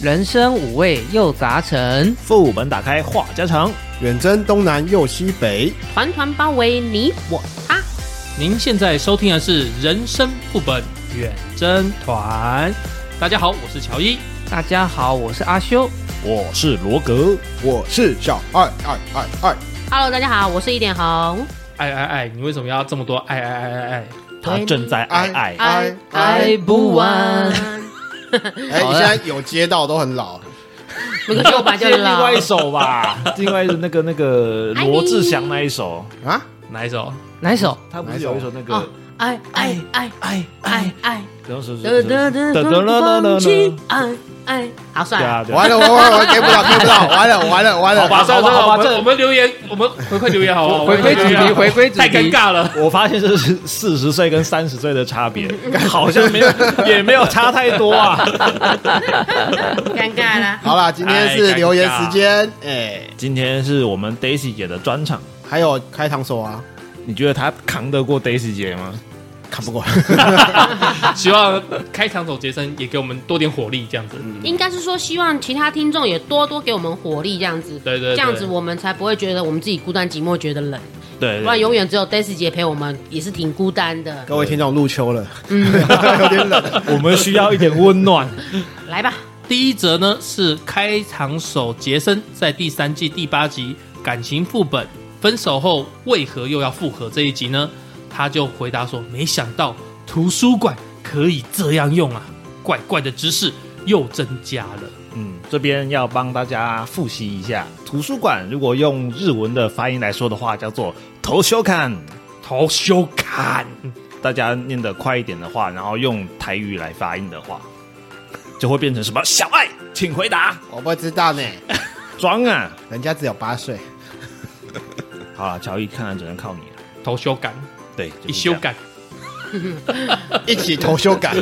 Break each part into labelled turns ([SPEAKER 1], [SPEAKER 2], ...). [SPEAKER 1] 人生五味又杂陈，
[SPEAKER 2] 副本打开话家常，
[SPEAKER 3] 远征东南又西北，
[SPEAKER 4] 团团包围你我他。
[SPEAKER 5] 您现在收听的是《人生副本远征团》，大家好，我是乔伊。
[SPEAKER 1] 大家好，我是阿修。
[SPEAKER 2] 我是罗格。
[SPEAKER 3] 我是小爱爱爱爱，
[SPEAKER 4] Hello，大家好，我是一点红。
[SPEAKER 5] 爱爱爱，哎你为什么要这么多哎爱爱爱爱爱？
[SPEAKER 2] 他正
[SPEAKER 4] 哎
[SPEAKER 2] 在爱爱，
[SPEAKER 3] 爱
[SPEAKER 1] 爱不完。
[SPEAKER 3] 哎，你现在有接到都很老，
[SPEAKER 4] 没关系，我本来就
[SPEAKER 2] 另 外一
[SPEAKER 4] 老。哎
[SPEAKER 2] 首 吧，另外一首那个那个
[SPEAKER 4] 爱你
[SPEAKER 2] 罗志祥那一首，
[SPEAKER 3] 啊？
[SPEAKER 5] 哪一首？
[SPEAKER 1] 哪一首？
[SPEAKER 2] 他不是有一首那
[SPEAKER 4] 哦
[SPEAKER 2] 个
[SPEAKER 4] 爱爱
[SPEAKER 1] 哎
[SPEAKER 4] 爱
[SPEAKER 2] 爱
[SPEAKER 4] 爱爱，
[SPEAKER 2] 然后是是
[SPEAKER 4] 得
[SPEAKER 2] 是
[SPEAKER 4] 得得
[SPEAKER 2] 得得得得
[SPEAKER 4] 放弃
[SPEAKER 2] 得，
[SPEAKER 4] 爱爱。好，
[SPEAKER 2] 对
[SPEAKER 4] 算了。
[SPEAKER 2] 啊对啊，
[SPEAKER 3] 完了，完了，完了，给不到，给不到，完了，完了，完了。
[SPEAKER 2] 好吧
[SPEAKER 5] 算
[SPEAKER 2] 好
[SPEAKER 5] 了
[SPEAKER 2] 吧
[SPEAKER 5] 算了，
[SPEAKER 2] 好吧
[SPEAKER 5] 我们
[SPEAKER 2] 这
[SPEAKER 5] 我们留言，我们回馈留言好不好？
[SPEAKER 1] 回归主
[SPEAKER 5] 我们留言
[SPEAKER 1] 题，回归主题。
[SPEAKER 5] 太尴。尬了。
[SPEAKER 2] 我发现这是四十岁跟三十岁的差 别，好像没有也没有差太多啊。
[SPEAKER 4] 尴尬啦。
[SPEAKER 3] 好啦，今天是留言时间，哎，
[SPEAKER 2] 今天是我们 Daisy 姐的专场，
[SPEAKER 3] 还有开膛手啊，
[SPEAKER 2] 你觉得她扛得过 Daisy 姐吗？
[SPEAKER 3] 看不过，
[SPEAKER 5] 希望开场走杰森也给我们多点火力，这样子。
[SPEAKER 4] 应该是说，希望其他听众也多多给我们火力，这样子。
[SPEAKER 5] 对对对
[SPEAKER 4] 这样子我们才不会觉得我们自己孤单寂寞，觉得冷。
[SPEAKER 2] 对，
[SPEAKER 5] 哎
[SPEAKER 4] 不
[SPEAKER 2] 对
[SPEAKER 4] 然永远只有 Daisy 姐陪我们，也是挺孤单的。嗯
[SPEAKER 3] 各位听众入秋了， 有点冷。
[SPEAKER 2] 我们需要一点温暖。
[SPEAKER 4] 来吧，
[SPEAKER 5] 第一则呢是开场手杰森在第三季第八集感情副本分手后为何又要复合这一集呢？他就回答说：“没想到图书馆可以这样用啊，怪怪的知识又增加了。
[SPEAKER 2] 嗯，这边要帮大家复习一下，图书馆如果用日文的发音来说的话，叫做“头修看”。
[SPEAKER 5] 投修看，
[SPEAKER 2] 大家念得快一点的话，然后用台语来发音的话，就会变成什么？小爱，请回答。
[SPEAKER 3] 我不知道呢，
[SPEAKER 2] 装啊！
[SPEAKER 3] 人家只有八岁，
[SPEAKER 2] 好了，乔伊，看来只能靠你了。
[SPEAKER 5] 投修感，
[SPEAKER 2] 对，
[SPEAKER 5] 一修感。
[SPEAKER 3] 一起投修改。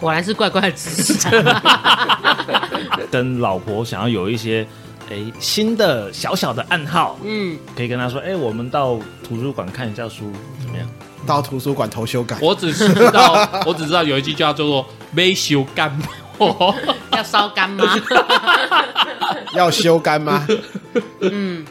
[SPEAKER 4] 果然是怪怪的知识。
[SPEAKER 2] 跟老婆想要有一些诶、新的小小的暗号，
[SPEAKER 4] 嗯，
[SPEAKER 2] 可以跟她说：“诶、我们到图书馆看一下书，怎 么样
[SPEAKER 3] 到图书馆投修改，
[SPEAKER 5] 我只知道， 我只知道有一句叫做“没修干”，
[SPEAKER 4] 要烧干吗？
[SPEAKER 3] 要修干吗？
[SPEAKER 4] 嗯，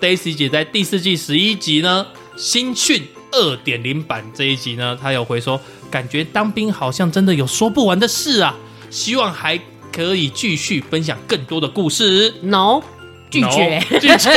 [SPEAKER 5] Daisy 姐在第四季十一集呢，新训二点零版这一集呢，她有回说，感觉当兵好像真的有说不完的事啊，希望还可以继续分享更多的故事。
[SPEAKER 4] no，拒绝。
[SPEAKER 5] No，拒绝，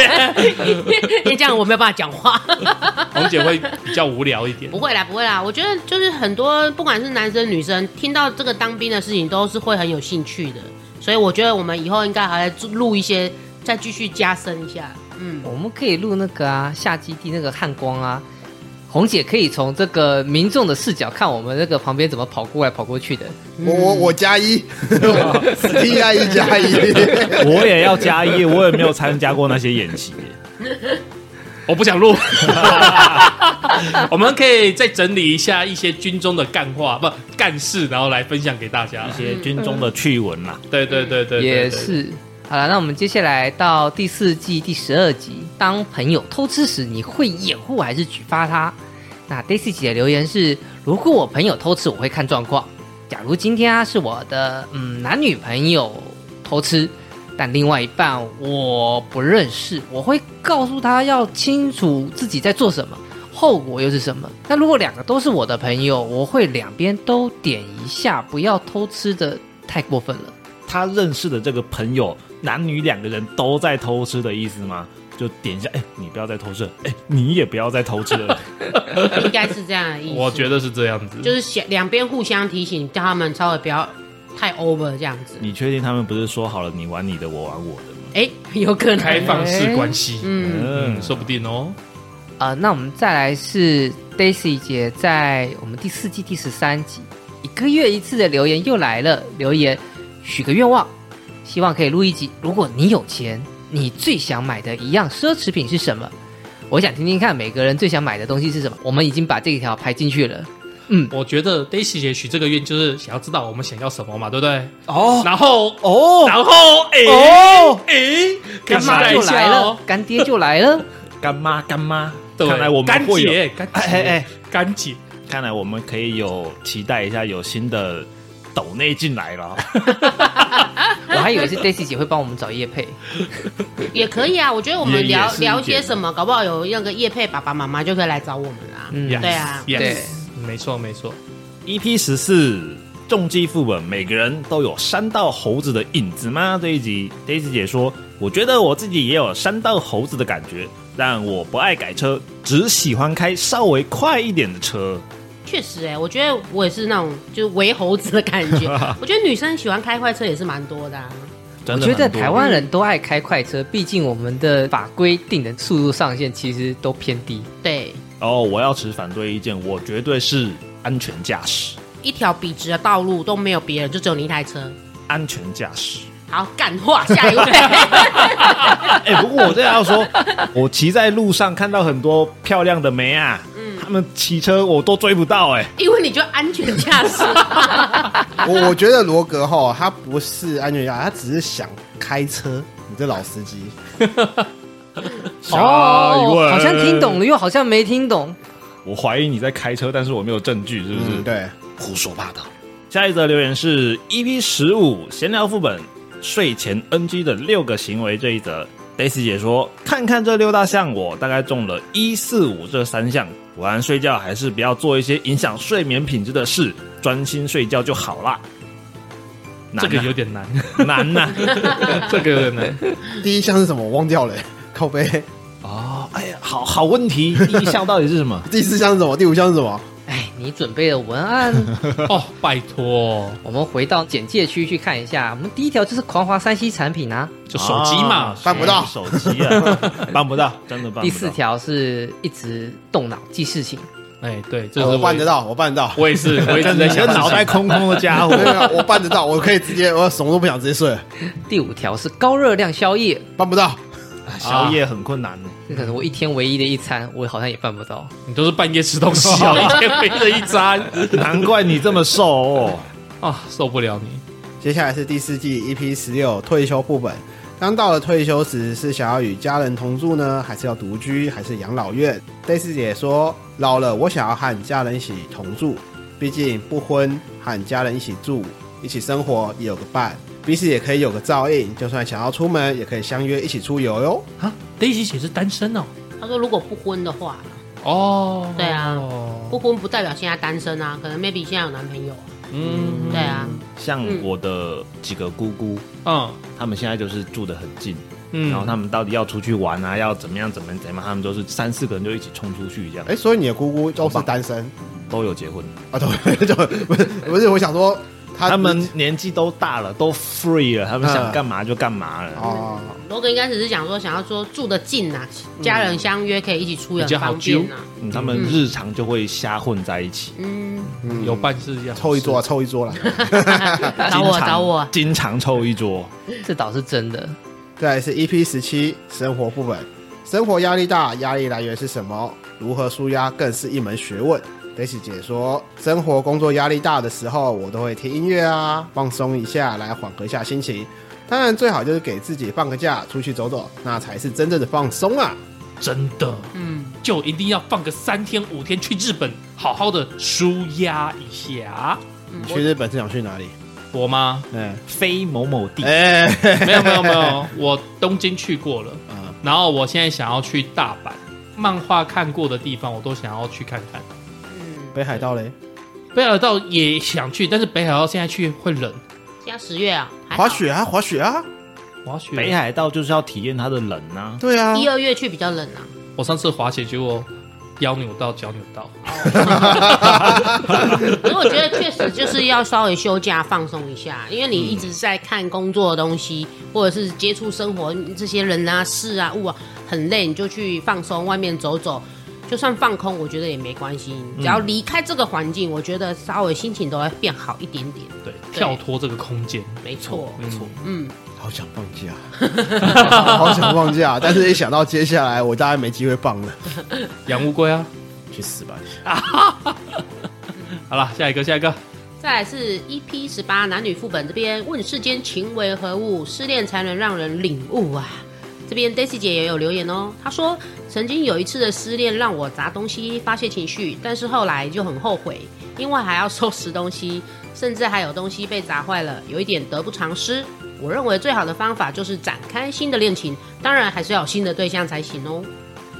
[SPEAKER 4] 因为这样我没有办法讲话。
[SPEAKER 5] 红姐会比较无聊一点
[SPEAKER 4] 不。会啦，不会啦。我觉得就是很多不管是男生女生，听到这个当兵的事情都是会很有兴趣的。所以我觉得我们以后应该还要录一些，再继续加深一下。嗯，
[SPEAKER 1] 我们可以录那个啊，下基地那个汉光啊。红姐可以从这个民众的视角看我们那个旁边怎么跑过来跑过去的。
[SPEAKER 3] 我我我加一，T 加一加一，？”
[SPEAKER 2] 我也要加一，我也没有参加过那些演习。
[SPEAKER 5] 我不想录。 我们可以再整理一下一些军中的干话，不干事，然后来分享给大家嗯
[SPEAKER 2] 一。些军中的趣闻啦、
[SPEAKER 5] 对对对对对，
[SPEAKER 1] 也
[SPEAKER 5] 对。
[SPEAKER 1] 是。好了，那我们接下来到第四季第十二集，当朋友偷吃时，你会掩护还是举发他？那 Daisy 姐的留言是：如果我朋友偷吃，我会看状况。假如今天啊是我的嗯男女朋友偷吃，但另外一半我不认识，我会告诉他要清楚自己在做什么，后果又是什么。那如果两个都是我的朋友，我会两边都点一下，不要偷吃的太过分了。
[SPEAKER 2] 他认识的这个朋友，男女两个人都在偷吃的意思吗？就点一下，哎、你不要再偷吃了，哎、你也不要再偷吃 了。
[SPEAKER 4] 应该是这样的意思。
[SPEAKER 5] 我觉得是这样子，
[SPEAKER 4] 就是想两边互相提醒，叫他们稍微不要太 over 这样子。
[SPEAKER 2] 你确定他们不是说好了你玩你的，我玩我的吗？
[SPEAKER 4] 哎，有可能
[SPEAKER 5] 开放式关系。
[SPEAKER 4] 嗯，
[SPEAKER 2] 嗯
[SPEAKER 5] 嗯，，说不定哦。
[SPEAKER 1] 呃，那我们再来是 Daisy 姐在我们第四季第十三集一个月一次的留言又来了，留言许个愿望，希望可以录一集。如果你有钱，你最想买的一样奢侈品是什么？我想听听看每个人最想买的东西是什么。我们已经把这一条排进去了。
[SPEAKER 5] 我觉得 Daisy 姐许这个愿就是想要知道我们想要什么嘛，对不对？
[SPEAKER 2] 哦
[SPEAKER 5] 然后，
[SPEAKER 2] 哦
[SPEAKER 5] 然后，哎、
[SPEAKER 2] 哦，
[SPEAKER 5] 哎、可以
[SPEAKER 1] 干
[SPEAKER 5] 期
[SPEAKER 1] 妈
[SPEAKER 5] 待
[SPEAKER 1] 就
[SPEAKER 5] 一
[SPEAKER 1] 来
[SPEAKER 5] 下
[SPEAKER 1] 了
[SPEAKER 5] 哦。，
[SPEAKER 1] 干爹就来了。
[SPEAKER 2] 干妈干妈，
[SPEAKER 5] 对，
[SPEAKER 2] 看来我们
[SPEAKER 5] 干
[SPEAKER 2] 会有，
[SPEAKER 5] 姐，干姐，
[SPEAKER 2] 哎哎哎，
[SPEAKER 5] 干姐，
[SPEAKER 2] 看来我们可以有期待一下有新的抖内进来了，
[SPEAKER 1] 我还以为是 Daisy 姐会帮我们找叶配，
[SPEAKER 4] 也可以啊。我觉得我们
[SPEAKER 2] 也
[SPEAKER 4] 聊
[SPEAKER 2] 也是一
[SPEAKER 4] 聊一些
[SPEAKER 2] 点
[SPEAKER 4] 什么，搞不好有那个叶配爸爸妈妈就可以来找我们啦。
[SPEAKER 1] 嗯
[SPEAKER 4] 对啊
[SPEAKER 5] Yes，
[SPEAKER 1] 对
[SPEAKER 5] 没错没错，
[SPEAKER 2] EP E 十四重击副本，每个人都有山道猴子的影子吗？这一集，Daisy 姐说，我觉得我自己也有山道猴子的感觉，但我不爱改车，只喜欢开稍微快一点的车。
[SPEAKER 4] 确实、哎，我觉得我也是那种就是为猴子的感觉。我觉得女生喜欢开快车也是蛮多的、啊。
[SPEAKER 2] 真
[SPEAKER 1] 我
[SPEAKER 2] 的
[SPEAKER 1] 觉得
[SPEAKER 2] 蛮多
[SPEAKER 1] 台湾人都爱开快车，毕竟我们的法规定的速度上限其实都偏低。
[SPEAKER 4] 对，
[SPEAKER 2] 哦，我要持反对意见，我绝对是安全驾驶，
[SPEAKER 4] 一条笔直的道路都没有别人，就只有你一台车。
[SPEAKER 2] 安全驾驶。
[SPEAKER 4] 好，干话，下一位。
[SPEAKER 2] 哎、不过我这样说，我骑在路上看到很多漂亮的妹啊，嗯，他们骑车我都追不到、哎，
[SPEAKER 4] 因为你就安全驾驶，
[SPEAKER 3] 我我觉得罗格哈，他不是安全驾驶，他只是想开车。你这老司机，
[SPEAKER 2] 下哦一位
[SPEAKER 1] 哦好像听懂了，又好像没听懂。
[SPEAKER 2] 我怀疑你在开车，但是我没有证据，是不是？
[SPEAKER 3] 嗯，，对，
[SPEAKER 2] 胡说八道。下一则留言是 EP 十五闲聊副本睡前 NG 的六个行为这一则。Daisy 姐说：“看看这六大项，我大概中了一四五这三项。果然睡觉还是不要做一些影响睡眠品质的事，专心睡觉就好啦。
[SPEAKER 5] 这个
[SPEAKER 2] 难啊
[SPEAKER 5] 有点难， 啊
[SPEAKER 2] 难啊呐、
[SPEAKER 5] 这个有 点难。
[SPEAKER 3] 第一项是什么？我忘掉了， 靠背。
[SPEAKER 2] 哦，哎呀，好好问题，第一项到底是什么？
[SPEAKER 3] 第四项是什么？第五项是什么？
[SPEAKER 1] 哎，你准备的文案，
[SPEAKER 5] 哦，拜托，
[SPEAKER 1] 我们回到简介区去看一下。我们第一条就是狂华山西产品啊，
[SPEAKER 5] 就手机嘛
[SPEAKER 2] 啊，
[SPEAKER 3] 办不到
[SPEAKER 2] 手机啊，办不到，真的 办不到。
[SPEAKER 1] 第四条是一直动脑记事情，
[SPEAKER 5] 哎，对，这是
[SPEAKER 3] 啊我
[SPEAKER 5] 我
[SPEAKER 3] 办得，到，我办得到。
[SPEAKER 5] 我 也是，我一直
[SPEAKER 2] 真
[SPEAKER 5] 在
[SPEAKER 2] 的，
[SPEAKER 5] 想
[SPEAKER 2] 哦跟
[SPEAKER 5] 啊这个
[SPEAKER 2] 脑
[SPEAKER 5] 事情
[SPEAKER 2] 袋空空的家
[SPEAKER 3] 没
[SPEAKER 2] 伙
[SPEAKER 3] 有，没有，我办得到，我可以直接，我什么都不想，直接睡，
[SPEAKER 1] 第五条是高热量宵夜，
[SPEAKER 3] 办不到。
[SPEAKER 2] 宵夜很困 难。
[SPEAKER 1] 这可能我一天唯一的一餐，我好像也办不到。
[SPEAKER 5] 你都是半夜吃东西啊， 一天围着一餐
[SPEAKER 2] 难怪你这么瘦哦。
[SPEAKER 5] 啊，受不了你。
[SPEAKER 3] 接下来是第四季 EP 十六退休副本。当到了退休时，是想要与家人同住呢，还是要独居，还是养老院？Daisy 姐说，老了我想要和家人一起同住，毕竟不婚，和家人一起住，一起生活也有个伴，彼此也可以有个照应。就算想要出门，也可以相约一起出游哟。
[SPEAKER 5] 啊，Daisy 姐是单身哦。
[SPEAKER 4] 他说如果不婚的话，
[SPEAKER 5] 哦，
[SPEAKER 4] 对啊不婚不代表现在单身啊，可能 maybe 现在有男朋友啊。
[SPEAKER 5] 嗯，
[SPEAKER 4] 对啊，
[SPEAKER 2] 像
[SPEAKER 4] 嗯
[SPEAKER 2] 我的几个姑姑，
[SPEAKER 5] 嗯
[SPEAKER 2] 他们现在就是住得很近，
[SPEAKER 5] 嗯，
[SPEAKER 2] 然后他们到底要出去玩啊，要怎么样怎么样怎么样，他们都是三四个人就一起冲出去，这样
[SPEAKER 3] 哎、所以你的姑姑都是单身
[SPEAKER 2] 都有结婚。
[SPEAKER 3] 啊？对， 就不是不是，我想说
[SPEAKER 5] 啊
[SPEAKER 3] 她
[SPEAKER 2] 他们年纪都大了，都 free 了，他们想
[SPEAKER 3] 嗯
[SPEAKER 2] 干嘛就干嘛了。
[SPEAKER 3] 哦，
[SPEAKER 4] 罗哥应该只是想说，想要说住得近啊，家人相约可以一起出游，
[SPEAKER 5] 比较好
[SPEAKER 4] 方便啊。
[SPEAKER 2] 嗯他们日常就会瞎混在一起，
[SPEAKER 4] 嗯，
[SPEAKER 3] 嗯
[SPEAKER 5] 有办事要
[SPEAKER 3] 凑一桌啊，凑一桌啦。
[SPEAKER 5] 嗯
[SPEAKER 4] 找
[SPEAKER 2] 经
[SPEAKER 4] 我
[SPEAKER 2] 常
[SPEAKER 4] 找我，
[SPEAKER 2] 经常凑一桌。
[SPEAKER 1] 这倒是真的。
[SPEAKER 3] 再来是 EP 十七生活部分，生活压力大，压力来源是什么？如何舒压更是一门学问。Daisy 姐说，生活工作压力大的时候，我都会听音乐啊，放松一下，来缓和一下心情。当然，最好就是给自己放个假，出去走走，那才是真正的放松啊！
[SPEAKER 5] 真的，
[SPEAKER 4] 嗯，
[SPEAKER 5] 就一定要放个三天五天去日本，好好的舒压一下。
[SPEAKER 4] 嗯
[SPEAKER 3] 你去日本是想去哪里？
[SPEAKER 5] 我吗？
[SPEAKER 3] 嗯，
[SPEAKER 2] 非某某地，
[SPEAKER 3] 哎、
[SPEAKER 5] 没有没有没有，我东京去过了，
[SPEAKER 3] 嗯
[SPEAKER 5] 然后我现在想要去大阪，漫画看过的地方我都想要去看看。
[SPEAKER 4] 嗯，
[SPEAKER 3] 北海道嘞，
[SPEAKER 5] 北海道也想去，但是北海道现在去会冷，
[SPEAKER 4] 现在十月啊，还好
[SPEAKER 3] 滑。雪啊，滑雪啊，
[SPEAKER 5] 滑雪。
[SPEAKER 2] 北海道就是要体验它的冷啊。
[SPEAKER 3] 对啊，
[SPEAKER 4] 一二月去比较冷啊，
[SPEAKER 5] 我上次滑雪结果腰扭到脚扭到，
[SPEAKER 4] 可是我觉得确实就是要稍微休假放松一下，因为你一直在看工作的东西，或者是接触生活这些人啊、事啊、物啊，很累，你就去放松，外面走走，就算放空，我觉得也没关系。只要离开这个环境，我觉得稍微心情都会变好一点点。
[SPEAKER 5] 对，跳脱这个空间，
[SPEAKER 4] 没错，
[SPEAKER 5] 没错。
[SPEAKER 4] 嗯，
[SPEAKER 3] 好想放假， 好想放假，但是一想到接下来我大概没机会放了，
[SPEAKER 5] 养乌龟啊，
[SPEAKER 3] 去死吧！
[SPEAKER 5] 好了，下一个，下一个，
[SPEAKER 4] 再来是 EP 十八男女副本这边，问世间情为何物，失恋才能让人领悟啊。这边 Daisy 姐也有留言哦，她说曾经有一次的失恋让我砸东西发泄情绪，但是后来就很后悔，因为还要收拾东西，甚至还有东西被砸坏了，有一点得不偿失。我认为最好的方法就是展开新的恋情，当然还是要有新的对象才行哦。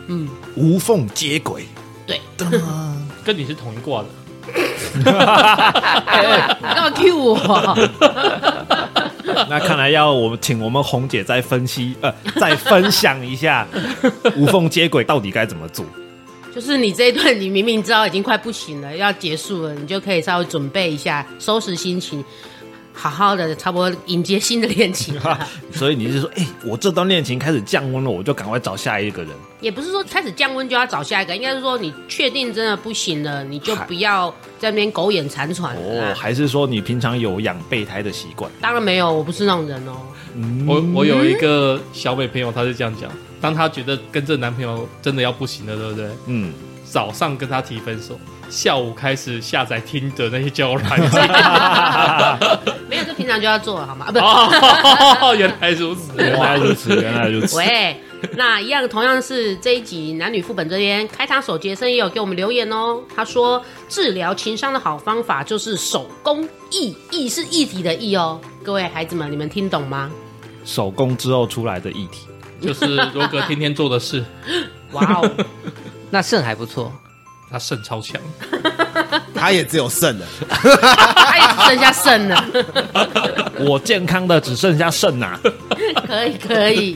[SPEAKER 4] 嗯，
[SPEAKER 6] 无缝接轨。
[SPEAKER 4] 对，
[SPEAKER 5] 跟你是同一挂的。
[SPEAKER 4] 哎你干嘛 Q 我？
[SPEAKER 2] 那看来要我们请我们红姐再分析，呃， 再分享一 下无缝接轨到底该怎么做。
[SPEAKER 4] 就是你这一段，你明明知道已经快不行了，要结束了，你就可以稍微准备一下，收拾心情，好好的，差不多迎接新的 恋情了。
[SPEAKER 2] 所以你是说，哎、我这段恋情开始降温了，我就赶快找下一个人。
[SPEAKER 4] 也不是说开始降温就要找下一个，应该是说你确定真的不行了，你就不要在那边苟延残喘了
[SPEAKER 2] 哦，
[SPEAKER 4] 啦。
[SPEAKER 2] 还是说你平常有养备胎的习惯？
[SPEAKER 4] 当然没有，我不是那种人哦。
[SPEAKER 5] 我我有一个小美朋友，她是这样讲：，当她觉得跟这男朋友真的要不行了，对不对？
[SPEAKER 2] 嗯，
[SPEAKER 5] 早上跟他提分手，下午开始下载听的那些交友软件。
[SPEAKER 4] 没有，这平常就要做了好吗？啊，不是。
[SPEAKER 5] 哦，原来如此。
[SPEAKER 2] 原 来如此，原来如此。
[SPEAKER 4] 喂，那一样同样是这一集男女副本这边开膛手杰森也有给我们留言哦。他说治疗情商的好方法就是手工艺，艺是一体的艺哦。各位孩子们，你们听懂吗？
[SPEAKER 2] 手工之后出来的议题，
[SPEAKER 5] 就是罗格天天做的事，
[SPEAKER 4] 哇哦，
[SPEAKER 1] 那肾还不错，
[SPEAKER 5] 他肾超强。
[SPEAKER 6] 他也只有肾了，
[SPEAKER 4] 他也只剩下肾了。
[SPEAKER 2] 我健康的只剩下肾啊 呐、
[SPEAKER 4] 可以可以，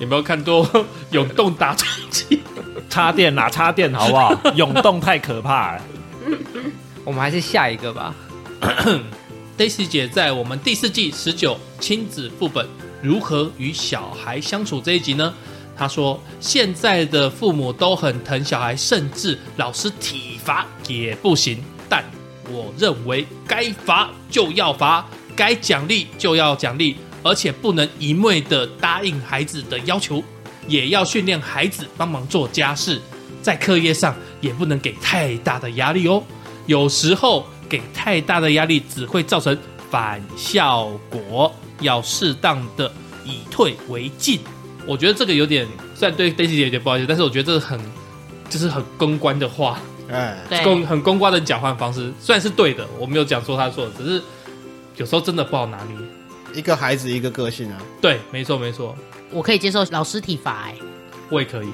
[SPEAKER 5] 有没有看多永动打桩机？
[SPEAKER 2] 插电啦，插电好不好？涌动太可怕啊了。
[SPEAKER 1] 我们还是下一个吧。
[SPEAKER 5] Daisy 姐在我们第四季十九亲子副本如何与小孩相处这一集呢，她说现在的父母都很疼小孩，甚至老师体罚也不行，但我认为该罚就要罚，该奖励就要奖励，而且不能一昧的答应孩子的要求，也要训练孩子帮忙做家事，在课业上也不能给太大的压力哦。有时候给太大的压力只会造成反效果，要适当的以退为进。我觉得这个有点，虽然对 Daisy 姐有点不好意思，但是我觉得这是很，就是很公关的话，
[SPEAKER 3] 哎，
[SPEAKER 4] 对，
[SPEAKER 5] 公很公关的讲话方式，虽然是对的，我没有讲说他错，只是有时候真的不好拿捏。
[SPEAKER 3] 一个孩子一个个性啊，
[SPEAKER 5] 对，没错没错，
[SPEAKER 4] 我可以接受老师体罚、哎，
[SPEAKER 5] 我也可以。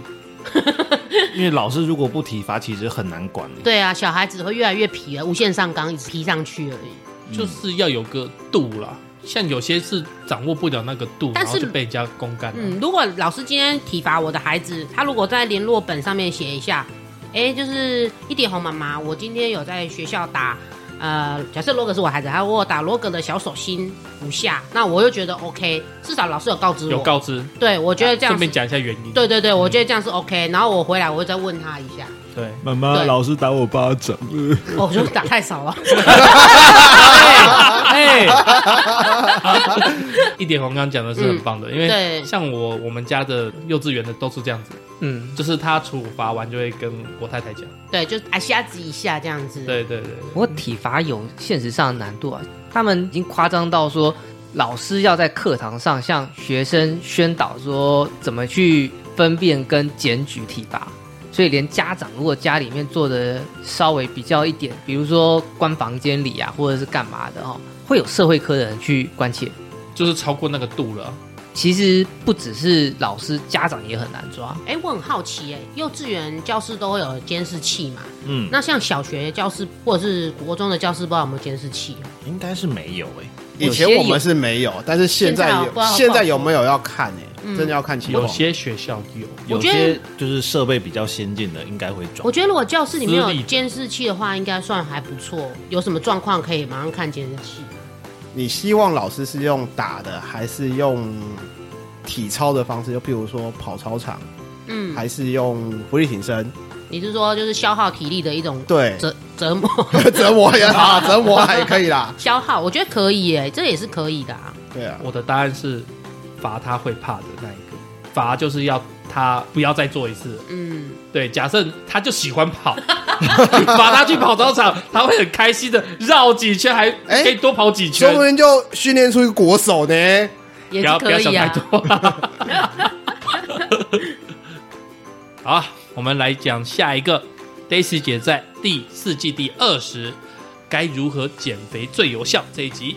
[SPEAKER 2] 因为老师如果不体罚，其实很难管。
[SPEAKER 4] 对啊，小孩子会越来越皮啊了，无限上纲，一直皮上去而已。
[SPEAKER 2] 嗯
[SPEAKER 5] 就是要有个度啦。像有些是掌握不了那个度，
[SPEAKER 4] 但
[SPEAKER 5] 然
[SPEAKER 4] 是
[SPEAKER 5] 后就被人家公干了。
[SPEAKER 4] 嗯，如果老师今天体罚我的孩子，他如果在联络本上面写一下，哎，就是一点红妈妈，我今天有在学校打，呃，假设罗格是我孩子，他我打罗格的小手心五下，那我又觉得 OK，至少老师有告知我，
[SPEAKER 5] 有告知，
[SPEAKER 4] 对我觉得这样
[SPEAKER 5] 顺
[SPEAKER 4] 是，
[SPEAKER 5] 便讲一下原因。
[SPEAKER 4] 对对对，我觉得这样是 OK，然后我回来我会再问他一 下，
[SPEAKER 5] 对，
[SPEAKER 6] 妈妈
[SPEAKER 4] 对
[SPEAKER 6] 老师打我巴掌，
[SPEAKER 2] 嗯
[SPEAKER 4] 哦，我就打太少 了，
[SPEAKER 2] 哎、
[SPEAKER 5] 一点红刚刚讲的是很棒的，因为
[SPEAKER 4] 对
[SPEAKER 5] 像我我们家的幼稚园的都是这样子，
[SPEAKER 1] 嗯，
[SPEAKER 5] 就是他处罚完就会跟我太太讲，
[SPEAKER 4] 对，就啊瞎子一下这样子，
[SPEAKER 5] 对对对，
[SPEAKER 1] 不过体罚有现实上的难度啊，他们已经夸张到说，老师要在课堂上向学生宣导说怎么去分辨跟检举体罚，所以连家长如果家里面做的稍微比较一点，比如说关房间里啊，或者是干嘛的哦，会有社会科的人去关切。
[SPEAKER 5] 就是超过那个度了。
[SPEAKER 1] 其实不只是老师，家长也很难抓。
[SPEAKER 4] 哎，我很好奇，哎，幼稚园教室都会有监视器嘛？
[SPEAKER 2] 嗯，
[SPEAKER 4] 那像小学教室或者是国中的教室，不知道有没有监视器？
[SPEAKER 2] 应该是没有哎、
[SPEAKER 3] 以前我们是没有，但是现在
[SPEAKER 4] 现在不知嗯道
[SPEAKER 3] 有，现在有没有要看哎、真的要看情
[SPEAKER 5] 有
[SPEAKER 3] 况。
[SPEAKER 5] 些学校有，
[SPEAKER 2] 有
[SPEAKER 4] 我觉得
[SPEAKER 2] 些就是设备比较先进的，应该会装
[SPEAKER 4] 我。觉得如果教室里面
[SPEAKER 5] 私立
[SPEAKER 4] 有
[SPEAKER 5] 的
[SPEAKER 4] 监视器的话，应该算还不错。有什么状况可以马上看监视器？
[SPEAKER 3] 你希望老师是用打的，还是用体操的方式？就譬如说跑操场，
[SPEAKER 4] 嗯，
[SPEAKER 3] 还是用浮力挺身？
[SPEAKER 4] 你是说就是消耗体力的一种
[SPEAKER 3] 对，
[SPEAKER 4] 折折 磨？
[SPEAKER 3] 折磨也好，折磨还可以啦。
[SPEAKER 4] 消耗，我觉得可以耶，这也是可以的啊。
[SPEAKER 3] 对啊，
[SPEAKER 5] 我的答案是罚他会怕的那一个，罚就是要他不要再做一次了。
[SPEAKER 4] 嗯，
[SPEAKER 5] 对，假设他就喜欢跑，罚他去跑操场，他会很开心的绕几圈，还
[SPEAKER 3] 哎
[SPEAKER 5] 可以多跑几圈
[SPEAKER 3] 说不。定就训练出一个国手呢。
[SPEAKER 4] 也
[SPEAKER 5] 不
[SPEAKER 4] 是
[SPEAKER 5] 要不
[SPEAKER 4] 可
[SPEAKER 5] 要想
[SPEAKER 4] 以
[SPEAKER 5] 太
[SPEAKER 4] 啊。
[SPEAKER 5] 多。 好啊，我们来讲下一个 Daisy 姐在第四季第二十《该如何减肥最有效》这一集。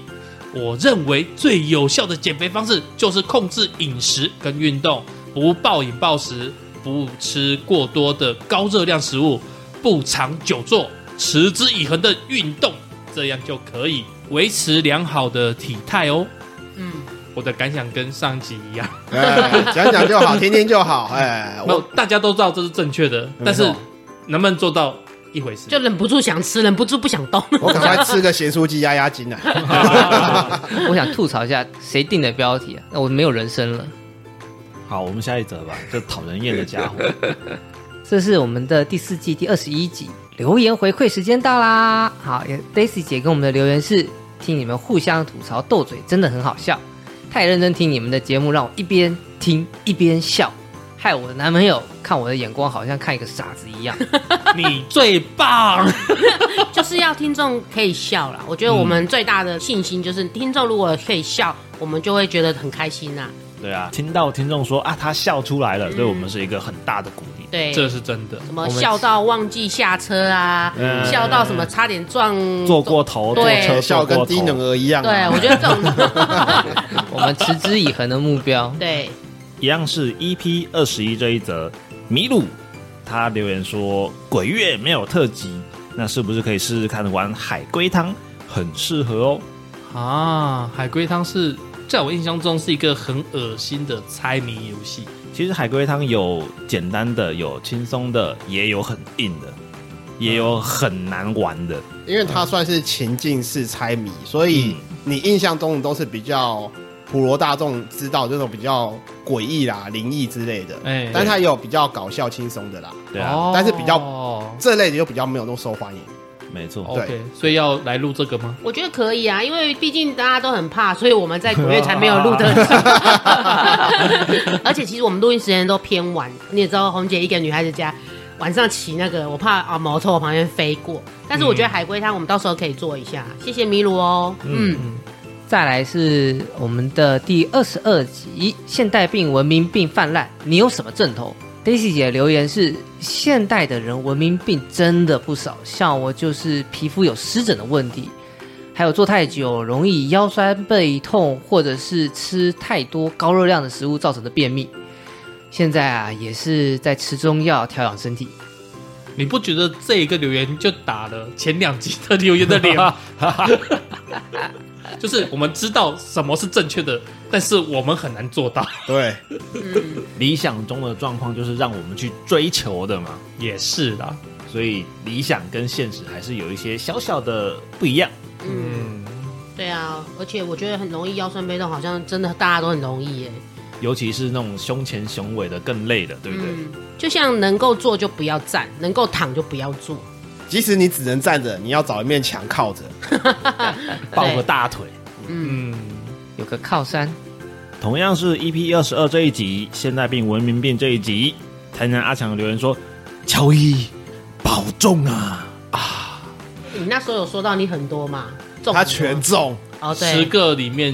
[SPEAKER 5] 我认为最有效的减肥方式就是控制饮食跟运动，不暴饮暴食，不吃过多的高热量食物，不常久坐，持之以恒的运动，这样就可以维持良好的体态哦。
[SPEAKER 4] 嗯，
[SPEAKER 5] 我的感想跟上集一样，
[SPEAKER 3] 哎讲讲就好，听听就好。哎，
[SPEAKER 5] 我
[SPEAKER 3] 我
[SPEAKER 5] 大家都知道这是正确的，但是能不能做到一回事。
[SPEAKER 4] 就忍不住想吃，忍不住不想动。
[SPEAKER 3] 我赶快吃个咸酥鸡压压惊啊！
[SPEAKER 1] 我想吐槽一下，谁定的标题啊？那我没有人生了。
[SPEAKER 2] 好，我们下一则吧。这讨人厌的家 伙，
[SPEAKER 1] 这是我们的第四季第二十一集留言回馈时间到啦！好也，Daisy 姐跟我们的留言是：听你们互相吐槽斗嘴真的很好笑，太认真听你们的节目，让我一边听一边笑，害我的男朋友看我的眼光好像看一个傻子一样。
[SPEAKER 5] 你最棒，
[SPEAKER 4] 就是要听众可以笑啦。我觉得我们最大的信心就是，听众如果可以笑，我们就会觉得很开心呐。
[SPEAKER 2] 对啊，听到听众说啊，他笑出来了，对我们是一个很大的鼓励。
[SPEAKER 4] 嗯对，
[SPEAKER 5] 这
[SPEAKER 4] 什
[SPEAKER 5] 是真的。
[SPEAKER 4] 么笑到忘记下车啊，笑到什么差点撞
[SPEAKER 2] 坐。过头，坐
[SPEAKER 4] 对
[SPEAKER 2] 车
[SPEAKER 3] 笑
[SPEAKER 2] 坐
[SPEAKER 3] 跟
[SPEAKER 2] 过
[SPEAKER 3] 低能
[SPEAKER 2] 头，
[SPEAKER 3] 儿一样、
[SPEAKER 4] 对
[SPEAKER 3] 啊。，
[SPEAKER 4] 我觉得这 种，
[SPEAKER 1] 我们持之以恒的目标
[SPEAKER 4] 对
[SPEAKER 2] 一样是 EP 二十一这一则。麋鹿他留言说，鬼月没有特辑，那是不是可以试试看玩海龟汤？很适合哦。
[SPEAKER 5] 啊，海龟汤是在我印象中是一个很恶心的猜谜游戏。
[SPEAKER 2] 其实海龟汤有简单的，有轻松的，也有很硬的，也有很难玩的。
[SPEAKER 3] 因为它算是情境式猜谜，所以
[SPEAKER 4] 嗯
[SPEAKER 3] 你印象中的都是比较普罗大众知道这种比较诡异啦、灵异之类的。
[SPEAKER 5] 哎
[SPEAKER 3] 但它也有比较搞笑、轻松的啦，
[SPEAKER 2] 对啊，
[SPEAKER 5] 哦
[SPEAKER 3] 但是比较
[SPEAKER 5] 哦
[SPEAKER 3] 这类的就比较没有那么受欢迎。
[SPEAKER 2] 没错。
[SPEAKER 5] OK，所以要来录这个吗？
[SPEAKER 4] 我觉得可以啊，因为毕竟大家都很怕，所以我们在古月才没有录的。而且其实我们录音时间都偏晚，你也知道，红姐一个女孩子家，晚上骑那个，我怕啊毛从我旁边飞过。但是我觉得海龟汤我们到时候可以做一下，谢谢麋鹿哦。嗯，
[SPEAKER 1] 再来是我们的第二十二集：现代病、文明病泛滥，你有什么症头？Daisy 姐的留言是：现代的人文明病真的不少，像我就是皮肤有湿疹的问题，还有坐太久容易腰酸背痛，或者是吃太多高热量的食物造成的便秘。现在啊，也是在吃中药调养身体。
[SPEAKER 5] 你不觉得这一个留言就打了前两集的留言的脸吗？就是我们知道什么是正确的，但是我们很难做到。
[SPEAKER 3] 对，
[SPEAKER 2] 理想中的状况就是让我们去追求的嘛，
[SPEAKER 5] 也是啦，
[SPEAKER 2] 所以理想跟现实还是有一些小小的不一样。
[SPEAKER 4] 对啊，而且我觉得很容易腰酸背痛，好像真的大家都很容易耶。
[SPEAKER 2] 尤其是那种胸前雄伟的更累的，对不对？
[SPEAKER 4] 嗯，就像能够坐就不要站，能够躺就不要坐。
[SPEAKER 3] 即使你只能站着，你要找一面墙靠着。
[SPEAKER 2] 抱个大腿。
[SPEAKER 5] 嗯，
[SPEAKER 1] 有个靠山，
[SPEAKER 2] 同样是 EP 二十二这一集，现代病、文明病这一集，台南阿强留言说
[SPEAKER 6] 乔伊，保重啊！
[SPEAKER 4] 你那时候有说到你很多嘛？中
[SPEAKER 3] 他
[SPEAKER 4] 很多
[SPEAKER 3] 全中，
[SPEAKER 4] 哦，对，
[SPEAKER 5] 十个里面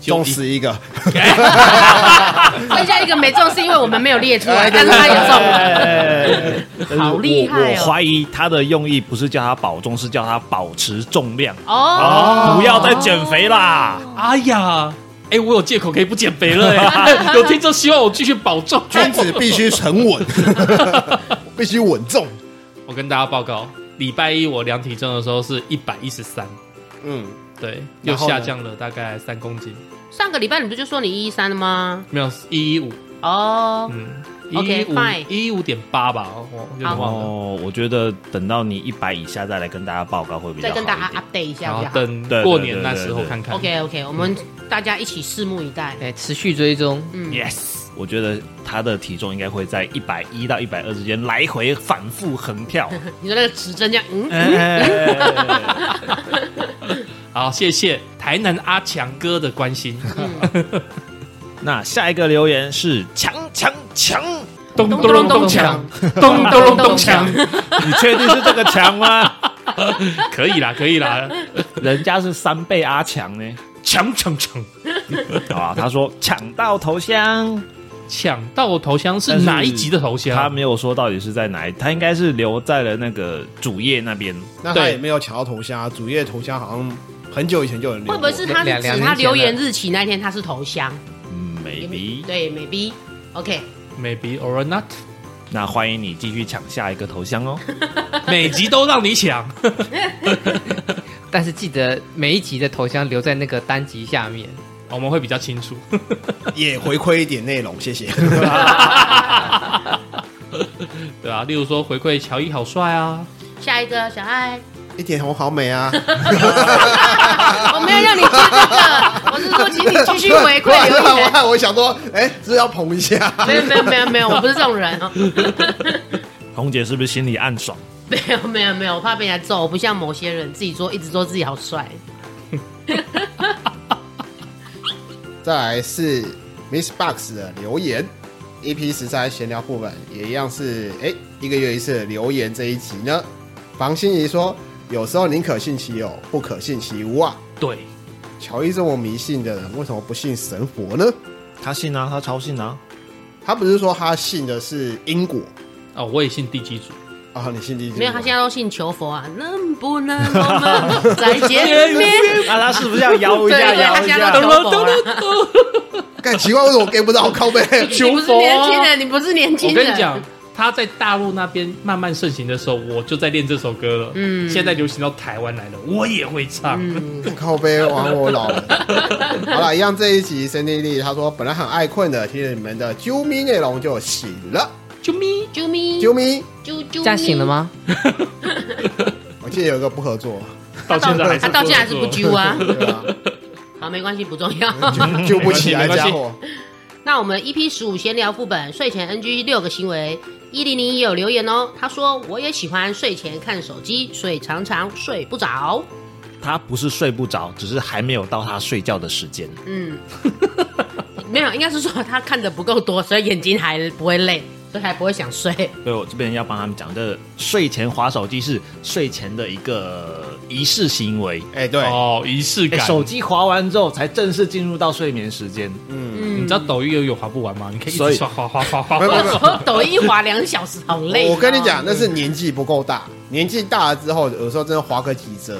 [SPEAKER 5] 就
[SPEAKER 3] 中
[SPEAKER 5] 一
[SPEAKER 3] 十一个，
[SPEAKER 4] 剩下一个没中是因为我们没有列出
[SPEAKER 1] 哎
[SPEAKER 4] 来，但是他有：“中。
[SPEAKER 2] 哎， 但是
[SPEAKER 4] 好厉害哦
[SPEAKER 2] 我我怀疑他的用意不是叫他保重，是叫他保持重量，
[SPEAKER 4] 哦，
[SPEAKER 2] 不要再减肥啦。
[SPEAKER 5] 哎呀，哎、我有借口可以不减肥了、 哎有听众希望我继续保重。
[SPEAKER 3] 君子必须沉稳，必须稳重。
[SPEAKER 5] 我跟大家报告，礼拜一我量体重的时候是一百一十三，
[SPEAKER 3] 嗯，
[SPEAKER 5] 对，又
[SPEAKER 3] 然后呢
[SPEAKER 5] 下降了大概三公斤，
[SPEAKER 4] 上个礼拜你不就说你一三了吗？
[SPEAKER 5] 没有一一五，
[SPEAKER 4] 哦，
[SPEAKER 5] 嗯，一
[SPEAKER 4] OK，
[SPEAKER 5] 五
[SPEAKER 4] fine
[SPEAKER 5] 一五点八吧，我我有点忘了。
[SPEAKER 2] 哦，我觉得等到你一百以下再来跟大家报告会比较
[SPEAKER 4] 再
[SPEAKER 2] 好
[SPEAKER 4] 跟大
[SPEAKER 2] 一
[SPEAKER 4] 家
[SPEAKER 2] 点
[SPEAKER 4] update 一
[SPEAKER 5] 然
[SPEAKER 4] 下
[SPEAKER 5] 后
[SPEAKER 4] 比较好。
[SPEAKER 5] 等
[SPEAKER 2] 对对
[SPEAKER 5] 过年那时
[SPEAKER 2] 对
[SPEAKER 5] 候
[SPEAKER 2] 对对
[SPEAKER 5] 看看。
[SPEAKER 4] OK OK，我们大家一起拭目以待。嗯
[SPEAKER 1] 哎，持续追踪。
[SPEAKER 2] Yes，我觉得他的体重应该会在一百一到一百二之间来回反复横 跳。
[SPEAKER 4] 你说那个指针这样，嗯，
[SPEAKER 2] 哎
[SPEAKER 5] 好，谢谢台南阿强哥的关心。
[SPEAKER 4] 嗯
[SPEAKER 2] 那下一个留言是强强强，
[SPEAKER 5] 咚
[SPEAKER 4] 咚咚咚锵，
[SPEAKER 5] 咚咚咚咚锵，
[SPEAKER 2] 你确定是这个强吗？
[SPEAKER 5] 可以啦，可以啦，
[SPEAKER 2] 人家是三倍阿强呢。
[SPEAKER 5] 强强强。
[SPEAKER 2] 啊，他说抢到头香，
[SPEAKER 5] 抢到头香是
[SPEAKER 2] 但是
[SPEAKER 5] 哪一集的头
[SPEAKER 2] 他
[SPEAKER 5] 香？
[SPEAKER 2] 没有说到底是在哪一，他应该是留在了那个主页那边。
[SPEAKER 3] 那他
[SPEAKER 5] 对
[SPEAKER 3] 也没有抢到头虾，主页头虾好像很久以前就有人留
[SPEAKER 4] 会
[SPEAKER 3] 过。
[SPEAKER 4] 不会是他是
[SPEAKER 1] 两两
[SPEAKER 4] 指
[SPEAKER 1] 年
[SPEAKER 4] 他
[SPEAKER 1] 前
[SPEAKER 4] 留言
[SPEAKER 1] 了
[SPEAKER 4] 日期那天他是头香
[SPEAKER 2] 嗯，maybe。
[SPEAKER 4] 对，maybe。OK，
[SPEAKER 5] ，maybe or not，
[SPEAKER 2] 那欢迎你继续抢下一个头像哦。
[SPEAKER 5] 每集都让你抢。
[SPEAKER 1] 但是记得每一集的头像留在那个单集下面。
[SPEAKER 5] 我们会比较清楚。
[SPEAKER 3] 也回馈一点内容？谢 谢。
[SPEAKER 5] 对啊，例如说回馈乔伊好帅啊，
[SPEAKER 4] 下一个 小爱，
[SPEAKER 3] 一点红好美啊！
[SPEAKER 4] 我没有让你接 这个，我 是说请你继续回馈留言。
[SPEAKER 3] 我我想说，哎、是不是要捧一下？
[SPEAKER 4] 没有没有没有没有，我不是这种人哦。
[SPEAKER 2] 红姐是不是心里暗爽？
[SPEAKER 4] 没有没有没有，我怕被人家揍，我不像某些人自己说一直说自己好帅。
[SPEAKER 3] 再来是 Miss Box 的留言，EP 十三闲聊部分也一样是哎、一个月一次的留言这一集呢。房心怡说：“有时候宁可信其有，不可信其无啊。
[SPEAKER 5] 对，”
[SPEAKER 3] 乔伊这么迷信的人，为什么不信神佛呢？
[SPEAKER 2] 他信啊，他超信 啊。
[SPEAKER 3] 他不是说他信的是因果
[SPEAKER 5] 哦，我也信地基主。
[SPEAKER 3] 啊？你信地基？
[SPEAKER 4] 没有，他现在都信求佛啊，能不能我们再见 面？
[SPEAKER 2] 那他是不是要摇一
[SPEAKER 4] 对
[SPEAKER 2] 下
[SPEAKER 4] 对，
[SPEAKER 2] 摇
[SPEAKER 4] 他
[SPEAKER 2] 一
[SPEAKER 4] 现在
[SPEAKER 2] 下？
[SPEAKER 4] 都求佛啊了。
[SPEAKER 3] 干奇怪，为什么我 get 不到？ 靠背，
[SPEAKER 4] 你不是年轻人，你不是年轻
[SPEAKER 5] 我
[SPEAKER 4] 人。
[SPEAKER 5] 跟你讲，他在大陆那边慢慢盛行的时候，我就在练这首歌了。嗯，现在流行到台湾来了，我也会唱。
[SPEAKER 4] 嗯
[SPEAKER 3] 嗯靠背玩我老 了。好了，一样这一集森地利他说本来很爱困的，听了你们的啾咪内容就醒了。
[SPEAKER 5] 救命！
[SPEAKER 4] 啾咪
[SPEAKER 3] 啾咪，
[SPEAKER 4] 啾啾，
[SPEAKER 1] 这样醒了？吗？
[SPEAKER 3] 我记得有一个不合作，
[SPEAKER 5] 到现在还是
[SPEAKER 4] 他到现在还是不
[SPEAKER 5] 救。
[SPEAKER 4] 啾啊。
[SPEAKER 3] 对 吧？
[SPEAKER 4] 好，没关系，不重要。
[SPEAKER 3] 啾啾不起来，
[SPEAKER 5] 没关系
[SPEAKER 3] 家伙。
[SPEAKER 4] 那我们 EP 十五闲聊副本睡前 NG 六个行为，一零零也有留言哦。他说我也喜欢睡前看手机，所以常常睡不着。
[SPEAKER 2] 他不是睡不着，只是还没有到他睡觉的时间。
[SPEAKER 4] 嗯，没有，应该是说他看的不够多，所以眼睛还不会累，所以还不会想睡。
[SPEAKER 2] 所以我这边要帮他们讲，这睡前划手机是睡前的一个仪式行为。
[SPEAKER 3] 哎，对，
[SPEAKER 5] 哦，仪式
[SPEAKER 2] 哎
[SPEAKER 5] 感。
[SPEAKER 2] 手机划完之后，才正式进入到睡眠时间。
[SPEAKER 4] 嗯
[SPEAKER 5] 你知道抖音有有划不完吗？你可以一
[SPEAKER 2] 所
[SPEAKER 5] 直
[SPEAKER 2] 以
[SPEAKER 5] 刷划划划 划
[SPEAKER 3] 没有没
[SPEAKER 5] 划。
[SPEAKER 3] 有
[SPEAKER 4] 我说抖音滑两小时好累。
[SPEAKER 3] 我跟你讲，那是年纪不够
[SPEAKER 5] 哦
[SPEAKER 3] 大，年纪大了之后，有时候真的划个几折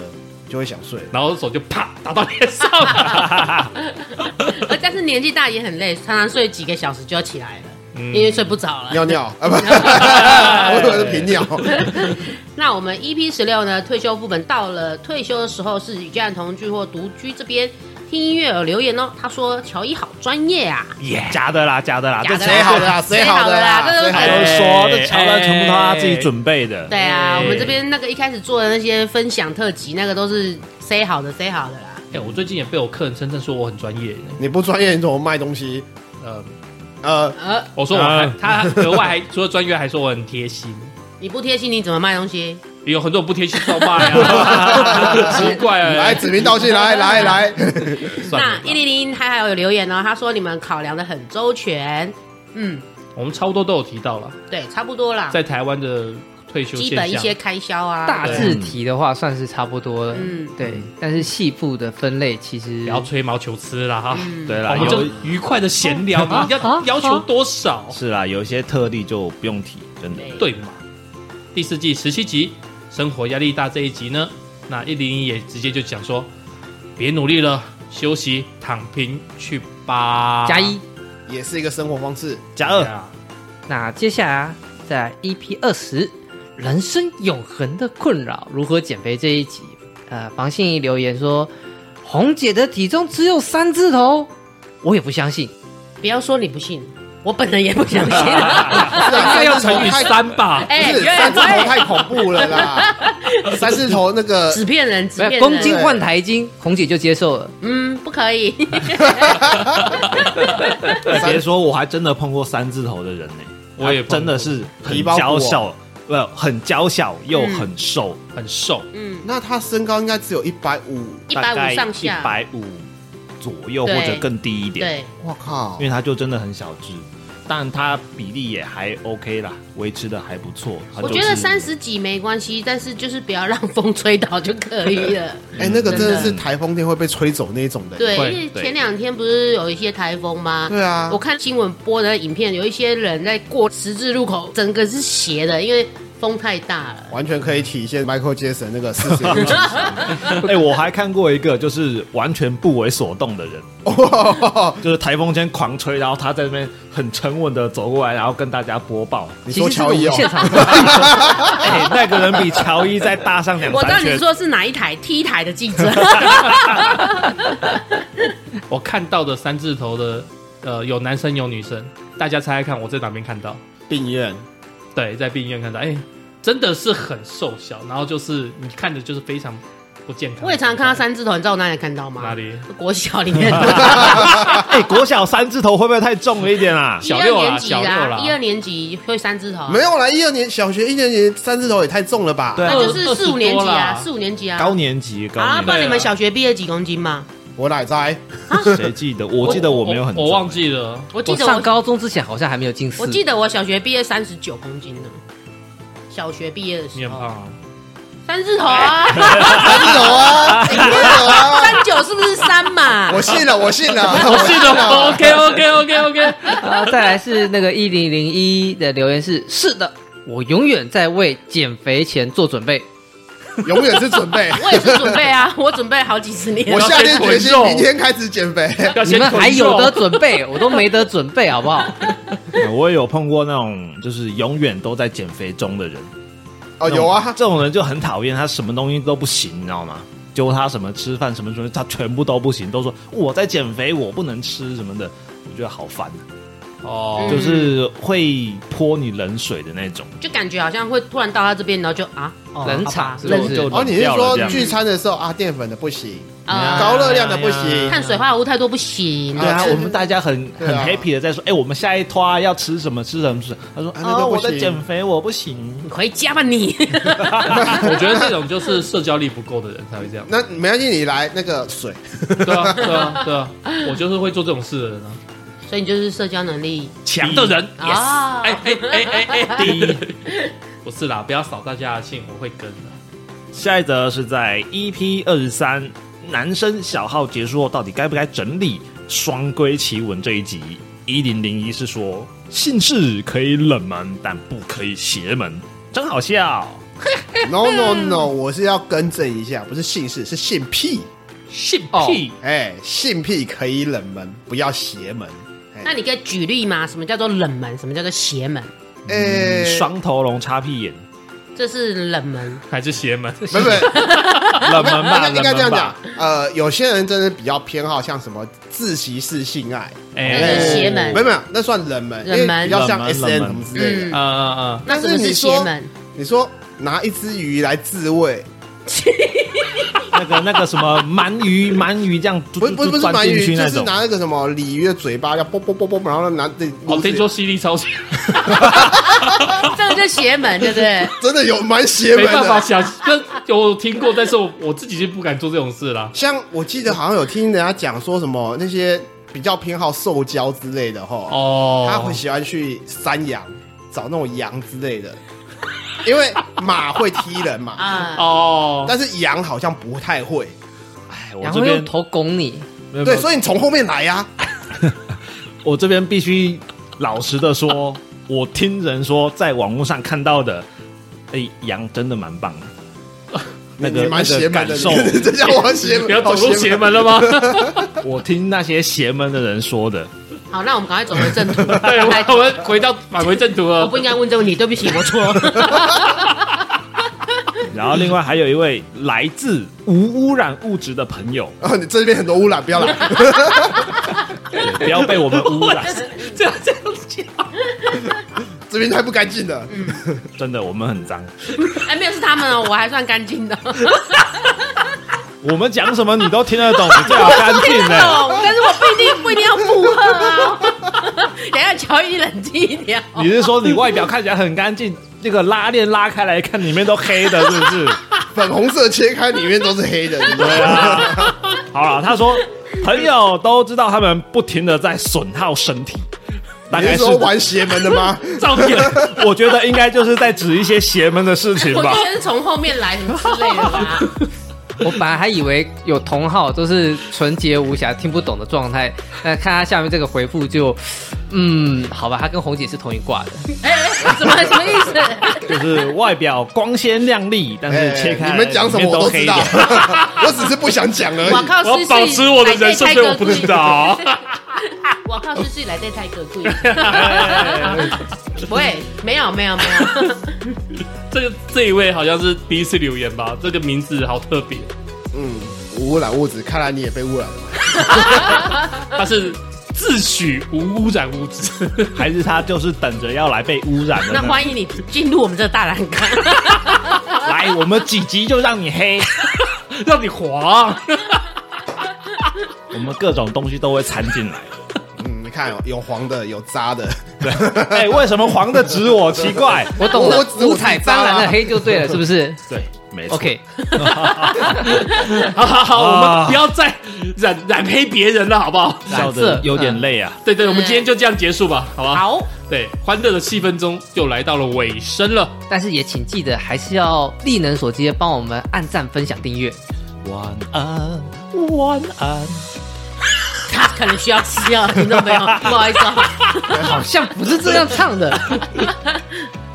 [SPEAKER 3] 就会想睡。
[SPEAKER 5] 然后手就啪打到脸 上 了，
[SPEAKER 4] 而呃但是年纪大也很累，常常睡几个小时就要起来了，
[SPEAKER 3] 嗯
[SPEAKER 4] 因为睡不着了。
[SPEAKER 3] 尿尿啊不， 我以为是频尿。
[SPEAKER 4] 那我们 EP 十六呢，退休副本到了退休的时候是与家人同居或独居这边听音乐有留言哦，他说乔伊好专业啊，
[SPEAKER 2] 耶，假的啦，假的啦，
[SPEAKER 4] 假
[SPEAKER 2] 这
[SPEAKER 4] 的啦
[SPEAKER 3] 啊谁好的啦？
[SPEAKER 4] 谁
[SPEAKER 3] 好
[SPEAKER 4] 好的啊啦
[SPEAKER 3] 谁好
[SPEAKER 2] 还
[SPEAKER 3] 的啊
[SPEAKER 2] 有
[SPEAKER 3] 啦？
[SPEAKER 2] 说这桥段全部都他自己准备的。
[SPEAKER 4] 对啊，
[SPEAKER 5] 哎
[SPEAKER 4] 我们这边那个一开始做的那些分享特辑，那个都是 say 好的 say 好的啦，
[SPEAKER 5] 哎、我最近也被我客人称赞说我很专业呢。欸
[SPEAKER 3] 你不专业，你怎么卖东西？
[SPEAKER 5] 呃，
[SPEAKER 3] 呃，
[SPEAKER 4] 呃，
[SPEAKER 5] 我说我还、
[SPEAKER 2] 啊
[SPEAKER 5] 他额外还除了专业，还说我很贴心。
[SPEAKER 4] 你不贴心你怎么卖东西？
[SPEAKER 5] 有很多人不贴心照卖啊， 奇怪哎、
[SPEAKER 3] 来指名道姓，来来来，
[SPEAKER 5] 算了
[SPEAKER 4] 那
[SPEAKER 5] 吧
[SPEAKER 4] 一零零还还有留言哦，他说你们考量的很周全，嗯，
[SPEAKER 5] 我们差不多都有提到了，
[SPEAKER 4] 对，差不多啦，
[SPEAKER 5] 在台湾的退休
[SPEAKER 4] 基
[SPEAKER 5] 现
[SPEAKER 4] 本一
[SPEAKER 5] 象
[SPEAKER 4] 些开销啊，
[SPEAKER 1] 大
[SPEAKER 4] 对
[SPEAKER 1] 致题的话算是差不多了，
[SPEAKER 4] 嗯
[SPEAKER 1] 对。但是细部的分类其实
[SPEAKER 5] 不要吹毛求疵了
[SPEAKER 4] 嗯
[SPEAKER 5] 哈。
[SPEAKER 2] 对
[SPEAKER 5] 我
[SPEAKER 2] 啦，
[SPEAKER 5] 们就
[SPEAKER 2] 有哦
[SPEAKER 5] 愉快的闲聊，你要要求多少？
[SPEAKER 2] 是啦，有一些特例就不用提，真的。
[SPEAKER 5] 对嘛？第四季十七集《生活压力大》这一集呢，那一零一也直接就讲说，别努力了，休息躺平去吧。
[SPEAKER 1] 加一。
[SPEAKER 3] 也是一个生活方式。
[SPEAKER 2] 加
[SPEAKER 5] 对
[SPEAKER 2] 二，
[SPEAKER 5] 啊，
[SPEAKER 1] 那接下来啊在 EP 二十《人生永恒的困扰：如何减肥》这一集，呃，房信怡留言说：“红姐的体重只有三字头，我也不相信。
[SPEAKER 4] 不要说你不信，我本人也不相信。
[SPEAKER 3] 应
[SPEAKER 5] 应该要乘以三吧？
[SPEAKER 4] 哎
[SPEAKER 3] 不是
[SPEAKER 4] 原
[SPEAKER 3] 三字
[SPEAKER 4] 来
[SPEAKER 3] 头太恐怖了 啦！三字头那个
[SPEAKER 4] 纸片人，”纸
[SPEAKER 1] 没
[SPEAKER 4] 片
[SPEAKER 1] 有
[SPEAKER 4] 人，
[SPEAKER 1] 公斤换台斤，红姐就接受了。
[SPEAKER 4] 嗯，不可以。
[SPEAKER 2] 别说我还真的碰过三字头的人呢、
[SPEAKER 5] 我也
[SPEAKER 2] 他
[SPEAKER 5] 碰过
[SPEAKER 2] 真的是很
[SPEAKER 3] 皮包骨哦
[SPEAKER 2] 娇小，不、很娇小又很瘦，
[SPEAKER 5] 很瘦，
[SPEAKER 4] 嗯，
[SPEAKER 3] 那他身高应该只有一百五，
[SPEAKER 4] 一
[SPEAKER 2] 大
[SPEAKER 4] 百
[SPEAKER 2] 概
[SPEAKER 4] 五上
[SPEAKER 2] 一
[SPEAKER 4] 下，
[SPEAKER 2] 百五左右或
[SPEAKER 4] 对
[SPEAKER 2] 者更低一点，
[SPEAKER 4] 对，
[SPEAKER 3] 我靠
[SPEAKER 4] 嗯
[SPEAKER 2] 因！为他就真的很小只。但它比例也还 OK 啦，维持的还不错。它
[SPEAKER 4] 我
[SPEAKER 2] 就
[SPEAKER 4] 觉得
[SPEAKER 2] 是
[SPEAKER 4] 三 十几没关系，但是就是不要让风吹倒就可以了。
[SPEAKER 3] 哎、那个真的是
[SPEAKER 2] 真的
[SPEAKER 3] 台风天会被吹走那一种的。
[SPEAKER 4] 对，
[SPEAKER 2] 会
[SPEAKER 4] 因为
[SPEAKER 2] 对
[SPEAKER 4] 前两天不是有一些台风吗？
[SPEAKER 3] 对啊
[SPEAKER 4] 我，看新闻播的影片，有一些人在过十字路口，整个是斜的，因为风太大了。
[SPEAKER 3] 完全可以体现 Michael Jackson 那个四十路
[SPEAKER 2] 哎、我还看过一个就是完全不为所动的人，就是台风天狂吹，然后他在那边很沉稳的走过来，然后跟大家播 报。
[SPEAKER 3] 你
[SPEAKER 1] 其
[SPEAKER 3] 说
[SPEAKER 1] 实这个
[SPEAKER 3] 乔
[SPEAKER 1] 我
[SPEAKER 3] 伊
[SPEAKER 1] 们
[SPEAKER 3] 哦，
[SPEAKER 1] 现场
[SPEAKER 2] 哎、那个人比乔伊再大上两
[SPEAKER 4] 我知道
[SPEAKER 2] 三
[SPEAKER 4] 你
[SPEAKER 2] 圈。
[SPEAKER 4] 说是哪一台 T 台的记 者，
[SPEAKER 5] 我看到的三字头的，呃，有男生有女生，大家猜猜看我在哪边看到？
[SPEAKER 3] 病院，
[SPEAKER 4] 啊
[SPEAKER 5] 对，在病院看到，哎、真的是很瘦小，然后就是你看着就是非常不健康。
[SPEAKER 4] 我也常常看到三字头，你知道我哪里看到吗？
[SPEAKER 5] 哪里？
[SPEAKER 4] 国小里面，
[SPEAKER 2] 哎、国小三字头会不会太重了一点啊？
[SPEAKER 5] 小六啦
[SPEAKER 4] 一
[SPEAKER 5] 小
[SPEAKER 4] 二年
[SPEAKER 5] 六
[SPEAKER 4] 级
[SPEAKER 5] 啦
[SPEAKER 4] 一二年级会三字头啊，
[SPEAKER 3] 没有啦，一二年小学一年级三字头也太重了吧？
[SPEAKER 2] 对
[SPEAKER 4] 那
[SPEAKER 2] 啊
[SPEAKER 4] 就是四五年级
[SPEAKER 5] 二十多
[SPEAKER 4] 啊，
[SPEAKER 5] 啦
[SPEAKER 4] 四五年级啊。
[SPEAKER 2] 高年级，高
[SPEAKER 4] 啊，
[SPEAKER 2] 年
[SPEAKER 4] 不
[SPEAKER 2] 级
[SPEAKER 4] 然你们小学毕业几公斤吗？
[SPEAKER 3] 我奶 在，
[SPEAKER 2] 谁记得？我记得我没有很重
[SPEAKER 5] 我，我忘记了。
[SPEAKER 4] 我记
[SPEAKER 1] 我
[SPEAKER 4] 得
[SPEAKER 1] 上高中之前好像还没有近视，
[SPEAKER 4] 我记得我小学毕业三十九公斤呢，小学毕业的
[SPEAKER 5] 你
[SPEAKER 4] 时
[SPEAKER 5] 很胖
[SPEAKER 4] 候，
[SPEAKER 5] 啊，
[SPEAKER 4] 三字头啊，
[SPEAKER 3] 三字头啊，三字头啊，
[SPEAKER 4] 三九是不是三嘛？
[SPEAKER 3] 我信了，我信了，
[SPEAKER 5] 我记得。OK OK OK OK，
[SPEAKER 1] 然后再来是那个一零零一的留言是：是的，我永远在为减肥前做准备。
[SPEAKER 3] 永远是准备。
[SPEAKER 4] 我也是准备啊，我准备好几十年
[SPEAKER 3] 我
[SPEAKER 4] 了。
[SPEAKER 3] 下定决心，明天开始减肥。
[SPEAKER 5] 要
[SPEAKER 1] 你
[SPEAKER 5] 先
[SPEAKER 1] 们还
[SPEAKER 5] 囤肉
[SPEAKER 1] 有得准备，我都没得准备，好不 好？
[SPEAKER 2] 我也有碰过那种就是永远都在减肥中的人。
[SPEAKER 3] 哦，有啊，
[SPEAKER 2] 这种人就很讨厌，他什么东西都不行，你知道吗？揪他什么吃饭什么东西，他全部都不行，都说我在减肥，我不能吃什么的，我觉得好烦、
[SPEAKER 5] 哦，
[SPEAKER 2] 就是会泼你冷水的那种。
[SPEAKER 4] 就感觉好像会突然到他这边，然后就啊，哦
[SPEAKER 1] 冷
[SPEAKER 4] 好吧
[SPEAKER 1] 场是不
[SPEAKER 2] 冷
[SPEAKER 1] 是？
[SPEAKER 2] 就
[SPEAKER 3] 哦，你是
[SPEAKER 2] 掉了
[SPEAKER 3] 说
[SPEAKER 2] 这样
[SPEAKER 3] 聚餐的时候啊，淀粉的不行，
[SPEAKER 4] 啊
[SPEAKER 3] 高热量的不
[SPEAKER 2] 哎
[SPEAKER 3] 行
[SPEAKER 2] 呀，
[SPEAKER 4] 碳水化合物太多不行。
[SPEAKER 2] 对啊，
[SPEAKER 3] 吃
[SPEAKER 2] 我们大家很很
[SPEAKER 3] 嗯对啊
[SPEAKER 2] happy 的在说，哎、我们下一拖、啊、要吃什么吃什么吃什么。他说
[SPEAKER 3] 啊那
[SPEAKER 2] 啊，
[SPEAKER 3] 都不
[SPEAKER 2] 我
[SPEAKER 3] 行
[SPEAKER 2] 在减肥，我不行。
[SPEAKER 4] 你回家吧你，
[SPEAKER 5] 我觉得这种就是社交力不够的人才会这样。
[SPEAKER 3] 那没关系，你来那个水，
[SPEAKER 5] 对啊，对啊，对啊，我就是会做这种事的人啊，
[SPEAKER 4] 所以你就是社交能力
[SPEAKER 5] 强的人，yes，
[SPEAKER 4] 啊，
[SPEAKER 5] 哎哎哎哎 哎，第一，不是啦，不要扫大家的兴，我会跟的。
[SPEAKER 2] 下一则是在 EP 二十三，男生小号结束后到底该不该整理双规奇闻这一集？一零零一是说姓氏可以冷门，但不可以邪门，真好笑。
[SPEAKER 3] No no no，我是要更正一下，不是姓氏，是性癖。
[SPEAKER 5] 性
[SPEAKER 1] 哦
[SPEAKER 5] 癖，
[SPEAKER 3] 哎，性癖可以冷门，不要邪门。
[SPEAKER 4] 那你可以举例吗？什么叫做冷门？什么叫做邪门？
[SPEAKER 3] 哎，
[SPEAKER 2] 双头龙叉屁 眼，
[SPEAKER 4] 这是冷门，
[SPEAKER 5] 还是邪门？
[SPEAKER 3] 不是不是，
[SPEAKER 2] 冷门吧，
[SPEAKER 3] 那应该
[SPEAKER 2] 冷
[SPEAKER 3] 这
[SPEAKER 2] 门
[SPEAKER 3] 样
[SPEAKER 2] 吧
[SPEAKER 3] 讲。。呃，有些人真的比较偏好像什么自习室性爱，
[SPEAKER 5] 哎
[SPEAKER 4] 那是哎邪门
[SPEAKER 3] 没有没有，那算冷门，
[SPEAKER 4] 嗯冷门
[SPEAKER 3] 因为比较像
[SPEAKER 2] 冷门
[SPEAKER 3] S N
[SPEAKER 2] 冷
[SPEAKER 3] 什么
[SPEAKER 2] 门
[SPEAKER 3] 之类的。
[SPEAKER 5] 啊啊啊！
[SPEAKER 4] 那什么是邪门？
[SPEAKER 3] 你说拿一只鱼来自慰，
[SPEAKER 2] 那个那个什么鳗鱼，鳗鱼这样嘟
[SPEAKER 3] 不是
[SPEAKER 2] 嘟
[SPEAKER 3] 不是不
[SPEAKER 2] 嘟
[SPEAKER 3] 是
[SPEAKER 2] 钻
[SPEAKER 3] 鳗
[SPEAKER 2] 进去
[SPEAKER 3] 鱼，
[SPEAKER 2] 那
[SPEAKER 3] 就是
[SPEAKER 2] 种，
[SPEAKER 3] 拿那个什么鲤鱼的嘴巴，要啵啵啵啵，然后拿这
[SPEAKER 5] 我哦听说吸力超强，
[SPEAKER 4] 这个叫邪门，对不对？
[SPEAKER 3] 真的有蛮邪
[SPEAKER 5] 没
[SPEAKER 3] 门
[SPEAKER 5] 办法
[SPEAKER 3] 的。
[SPEAKER 5] 想，这有听过，但是我我自己就不敢做这种事啦。
[SPEAKER 3] 像我记得好像有听人家讲说什么那些比较偏好受教之类的吼，他
[SPEAKER 5] 哦
[SPEAKER 3] 会，喜欢去山羊找那种羊之类的，因为马会踢人嘛，
[SPEAKER 4] 啊，
[SPEAKER 5] 哦，
[SPEAKER 3] 但是羊好像不太会，
[SPEAKER 2] 哎，我
[SPEAKER 1] 然
[SPEAKER 2] 这
[SPEAKER 1] 后用
[SPEAKER 2] 边
[SPEAKER 1] 头拱你，
[SPEAKER 2] 没有没
[SPEAKER 3] 对，
[SPEAKER 2] 有
[SPEAKER 3] 所以你从后面来啊呀、
[SPEAKER 2] 我这边必须老实的说，我听人说，在网络上看到的，哎、羊真的蛮棒的。 那
[SPEAKER 3] 你
[SPEAKER 2] 个
[SPEAKER 3] 你蛮邪门
[SPEAKER 2] 那
[SPEAKER 3] 的，
[SPEAKER 2] 个感受
[SPEAKER 3] 你 这叫我邪门，
[SPEAKER 5] 不要走入
[SPEAKER 3] 好
[SPEAKER 5] 邪
[SPEAKER 3] 门。
[SPEAKER 5] 门了吗？
[SPEAKER 2] 我听那些邪门的人说的，
[SPEAKER 4] 好，那我们赶快走回正途。
[SPEAKER 5] 对，我我 们回到返回正途
[SPEAKER 4] 我
[SPEAKER 5] 了
[SPEAKER 4] 不。应该问这个问题，对不起，我错了。
[SPEAKER 2] 然后另外还有一位来自无污染物质的朋友，
[SPEAKER 3] 然 后你这边很多污染，不要来。
[SPEAKER 2] 不要被我们污 染，
[SPEAKER 5] 这样这样子，
[SPEAKER 3] 这边太不干净了。
[SPEAKER 2] 真的我们很脏，
[SPEAKER 4] 哎，没有是他们哦，我还算干净 的。
[SPEAKER 2] 我们讲什么你都听得懂，你最好干净的。
[SPEAKER 4] 哦，但是我不一定不一定要附和啊。 等一下乔伊冷静一点哦。
[SPEAKER 2] 你是说你外表看起来很干净，那个拉链拉开来看里面都黑的，是不是？
[SPEAKER 3] 粉红色切开，里面都是黑的，你知道
[SPEAKER 2] 对
[SPEAKER 3] 吗？
[SPEAKER 2] 啊， 好了，他说朋友都知道他们不停的在损耗身体，大
[SPEAKER 3] 你
[SPEAKER 2] 概
[SPEAKER 3] 是
[SPEAKER 2] 是
[SPEAKER 3] 说玩邪门的吗？
[SPEAKER 5] 照片
[SPEAKER 2] 我觉得应该就是在指一些邪门的事情
[SPEAKER 4] 我
[SPEAKER 2] 吧
[SPEAKER 4] 觉。得是从后面来什么之类的 吧。
[SPEAKER 1] 我本来还以为有同号都是纯洁无瑕、听不懂的状态，但看他下面这个回复就，嗯，好吧，他跟红姐是同一挂的。
[SPEAKER 4] 哎、哎什么什么意思？
[SPEAKER 2] 就是外表光鲜亮丽， 但是切开
[SPEAKER 3] 哎你们讲什么我都知道，
[SPEAKER 2] 里面黑的
[SPEAKER 3] 我只是不想讲而
[SPEAKER 4] 我
[SPEAKER 3] 已。
[SPEAKER 4] 靠！
[SPEAKER 5] 我要保持我的人设，所以我不知道。 哎
[SPEAKER 4] 我靠！是是来带泰哥贵。 不会，没有没有没有，
[SPEAKER 5] 这个这一位好像是第一次留言吧？这个名字好特别，
[SPEAKER 3] 嗯，污染物质，看来你也被污染了。
[SPEAKER 5] 他是自诩无污染物质。
[SPEAKER 2] 还是他就是等着要来被污染的
[SPEAKER 4] 那
[SPEAKER 2] 呢？
[SPEAKER 4] 欢迎你进入我们这个大染缸。
[SPEAKER 2] 来，我们几集就让你黑，
[SPEAKER 5] 让你 黄，
[SPEAKER 2] 我们各种东西都会掺进来。
[SPEAKER 3] 嗯，你看有黄的，有渣的，
[SPEAKER 2] 哎、为什么黄的指我？奇怪。
[SPEAKER 1] 我懂
[SPEAKER 3] 我
[SPEAKER 1] 了，
[SPEAKER 3] 只
[SPEAKER 1] 五彩斑斓的黑就对 了，是不是
[SPEAKER 2] 对，没错。
[SPEAKER 1] ？OK，
[SPEAKER 5] 好好好，我
[SPEAKER 2] 啊
[SPEAKER 5] 们不要再染染黑别人了，好不好？
[SPEAKER 2] 笑的有点累啊。
[SPEAKER 5] 对对，我们今天就这样结束吧，好吧？，
[SPEAKER 4] 好，
[SPEAKER 5] 对，欢乐的气氛中又来到了尾声了。
[SPEAKER 1] 但是也请记得还是要力能所及的帮我们按赞、分享、订阅。
[SPEAKER 2] 晚安，晚安。
[SPEAKER 4] 他可能需要吃药，听到没有？不好意思、啊。
[SPEAKER 1] 好像不是这 样唱的，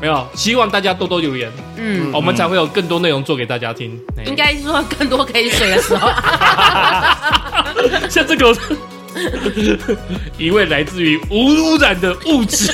[SPEAKER 5] 没有，希望大家多多留言，
[SPEAKER 4] 嗯，
[SPEAKER 5] 我们才会有更多内容做给大家听。哎
[SPEAKER 4] 应该说更多可以水的时候，
[SPEAKER 5] 哎像这个 一位来自于无污染的物质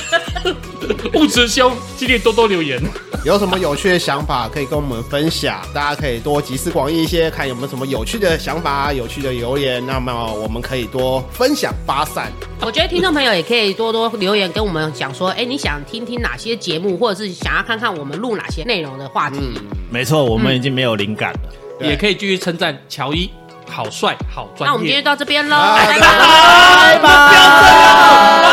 [SPEAKER 5] 物质兄，今天多多留言。
[SPEAKER 3] 有什么有趣的想法可以跟我们分享，大家可以多集思广益一些，看有没有什么有趣的想法、有趣的留言，那么我们可以多分享发散。
[SPEAKER 4] 我觉得听众朋友也可以多多留言跟我们讲说，哎，你想听听哪些节目，或者是想要看看我们录哪些内容的话题。
[SPEAKER 2] 没错，我们已经没有灵感了。
[SPEAKER 3] 对
[SPEAKER 5] 也可以继续称赞乔伊，好帅，好专业。啊
[SPEAKER 4] 那我们今天就到这边喽，
[SPEAKER 3] 好
[SPEAKER 4] 啊拜
[SPEAKER 3] 拜
[SPEAKER 4] 拜。
[SPEAKER 3] 拜。
[SPEAKER 5] 哎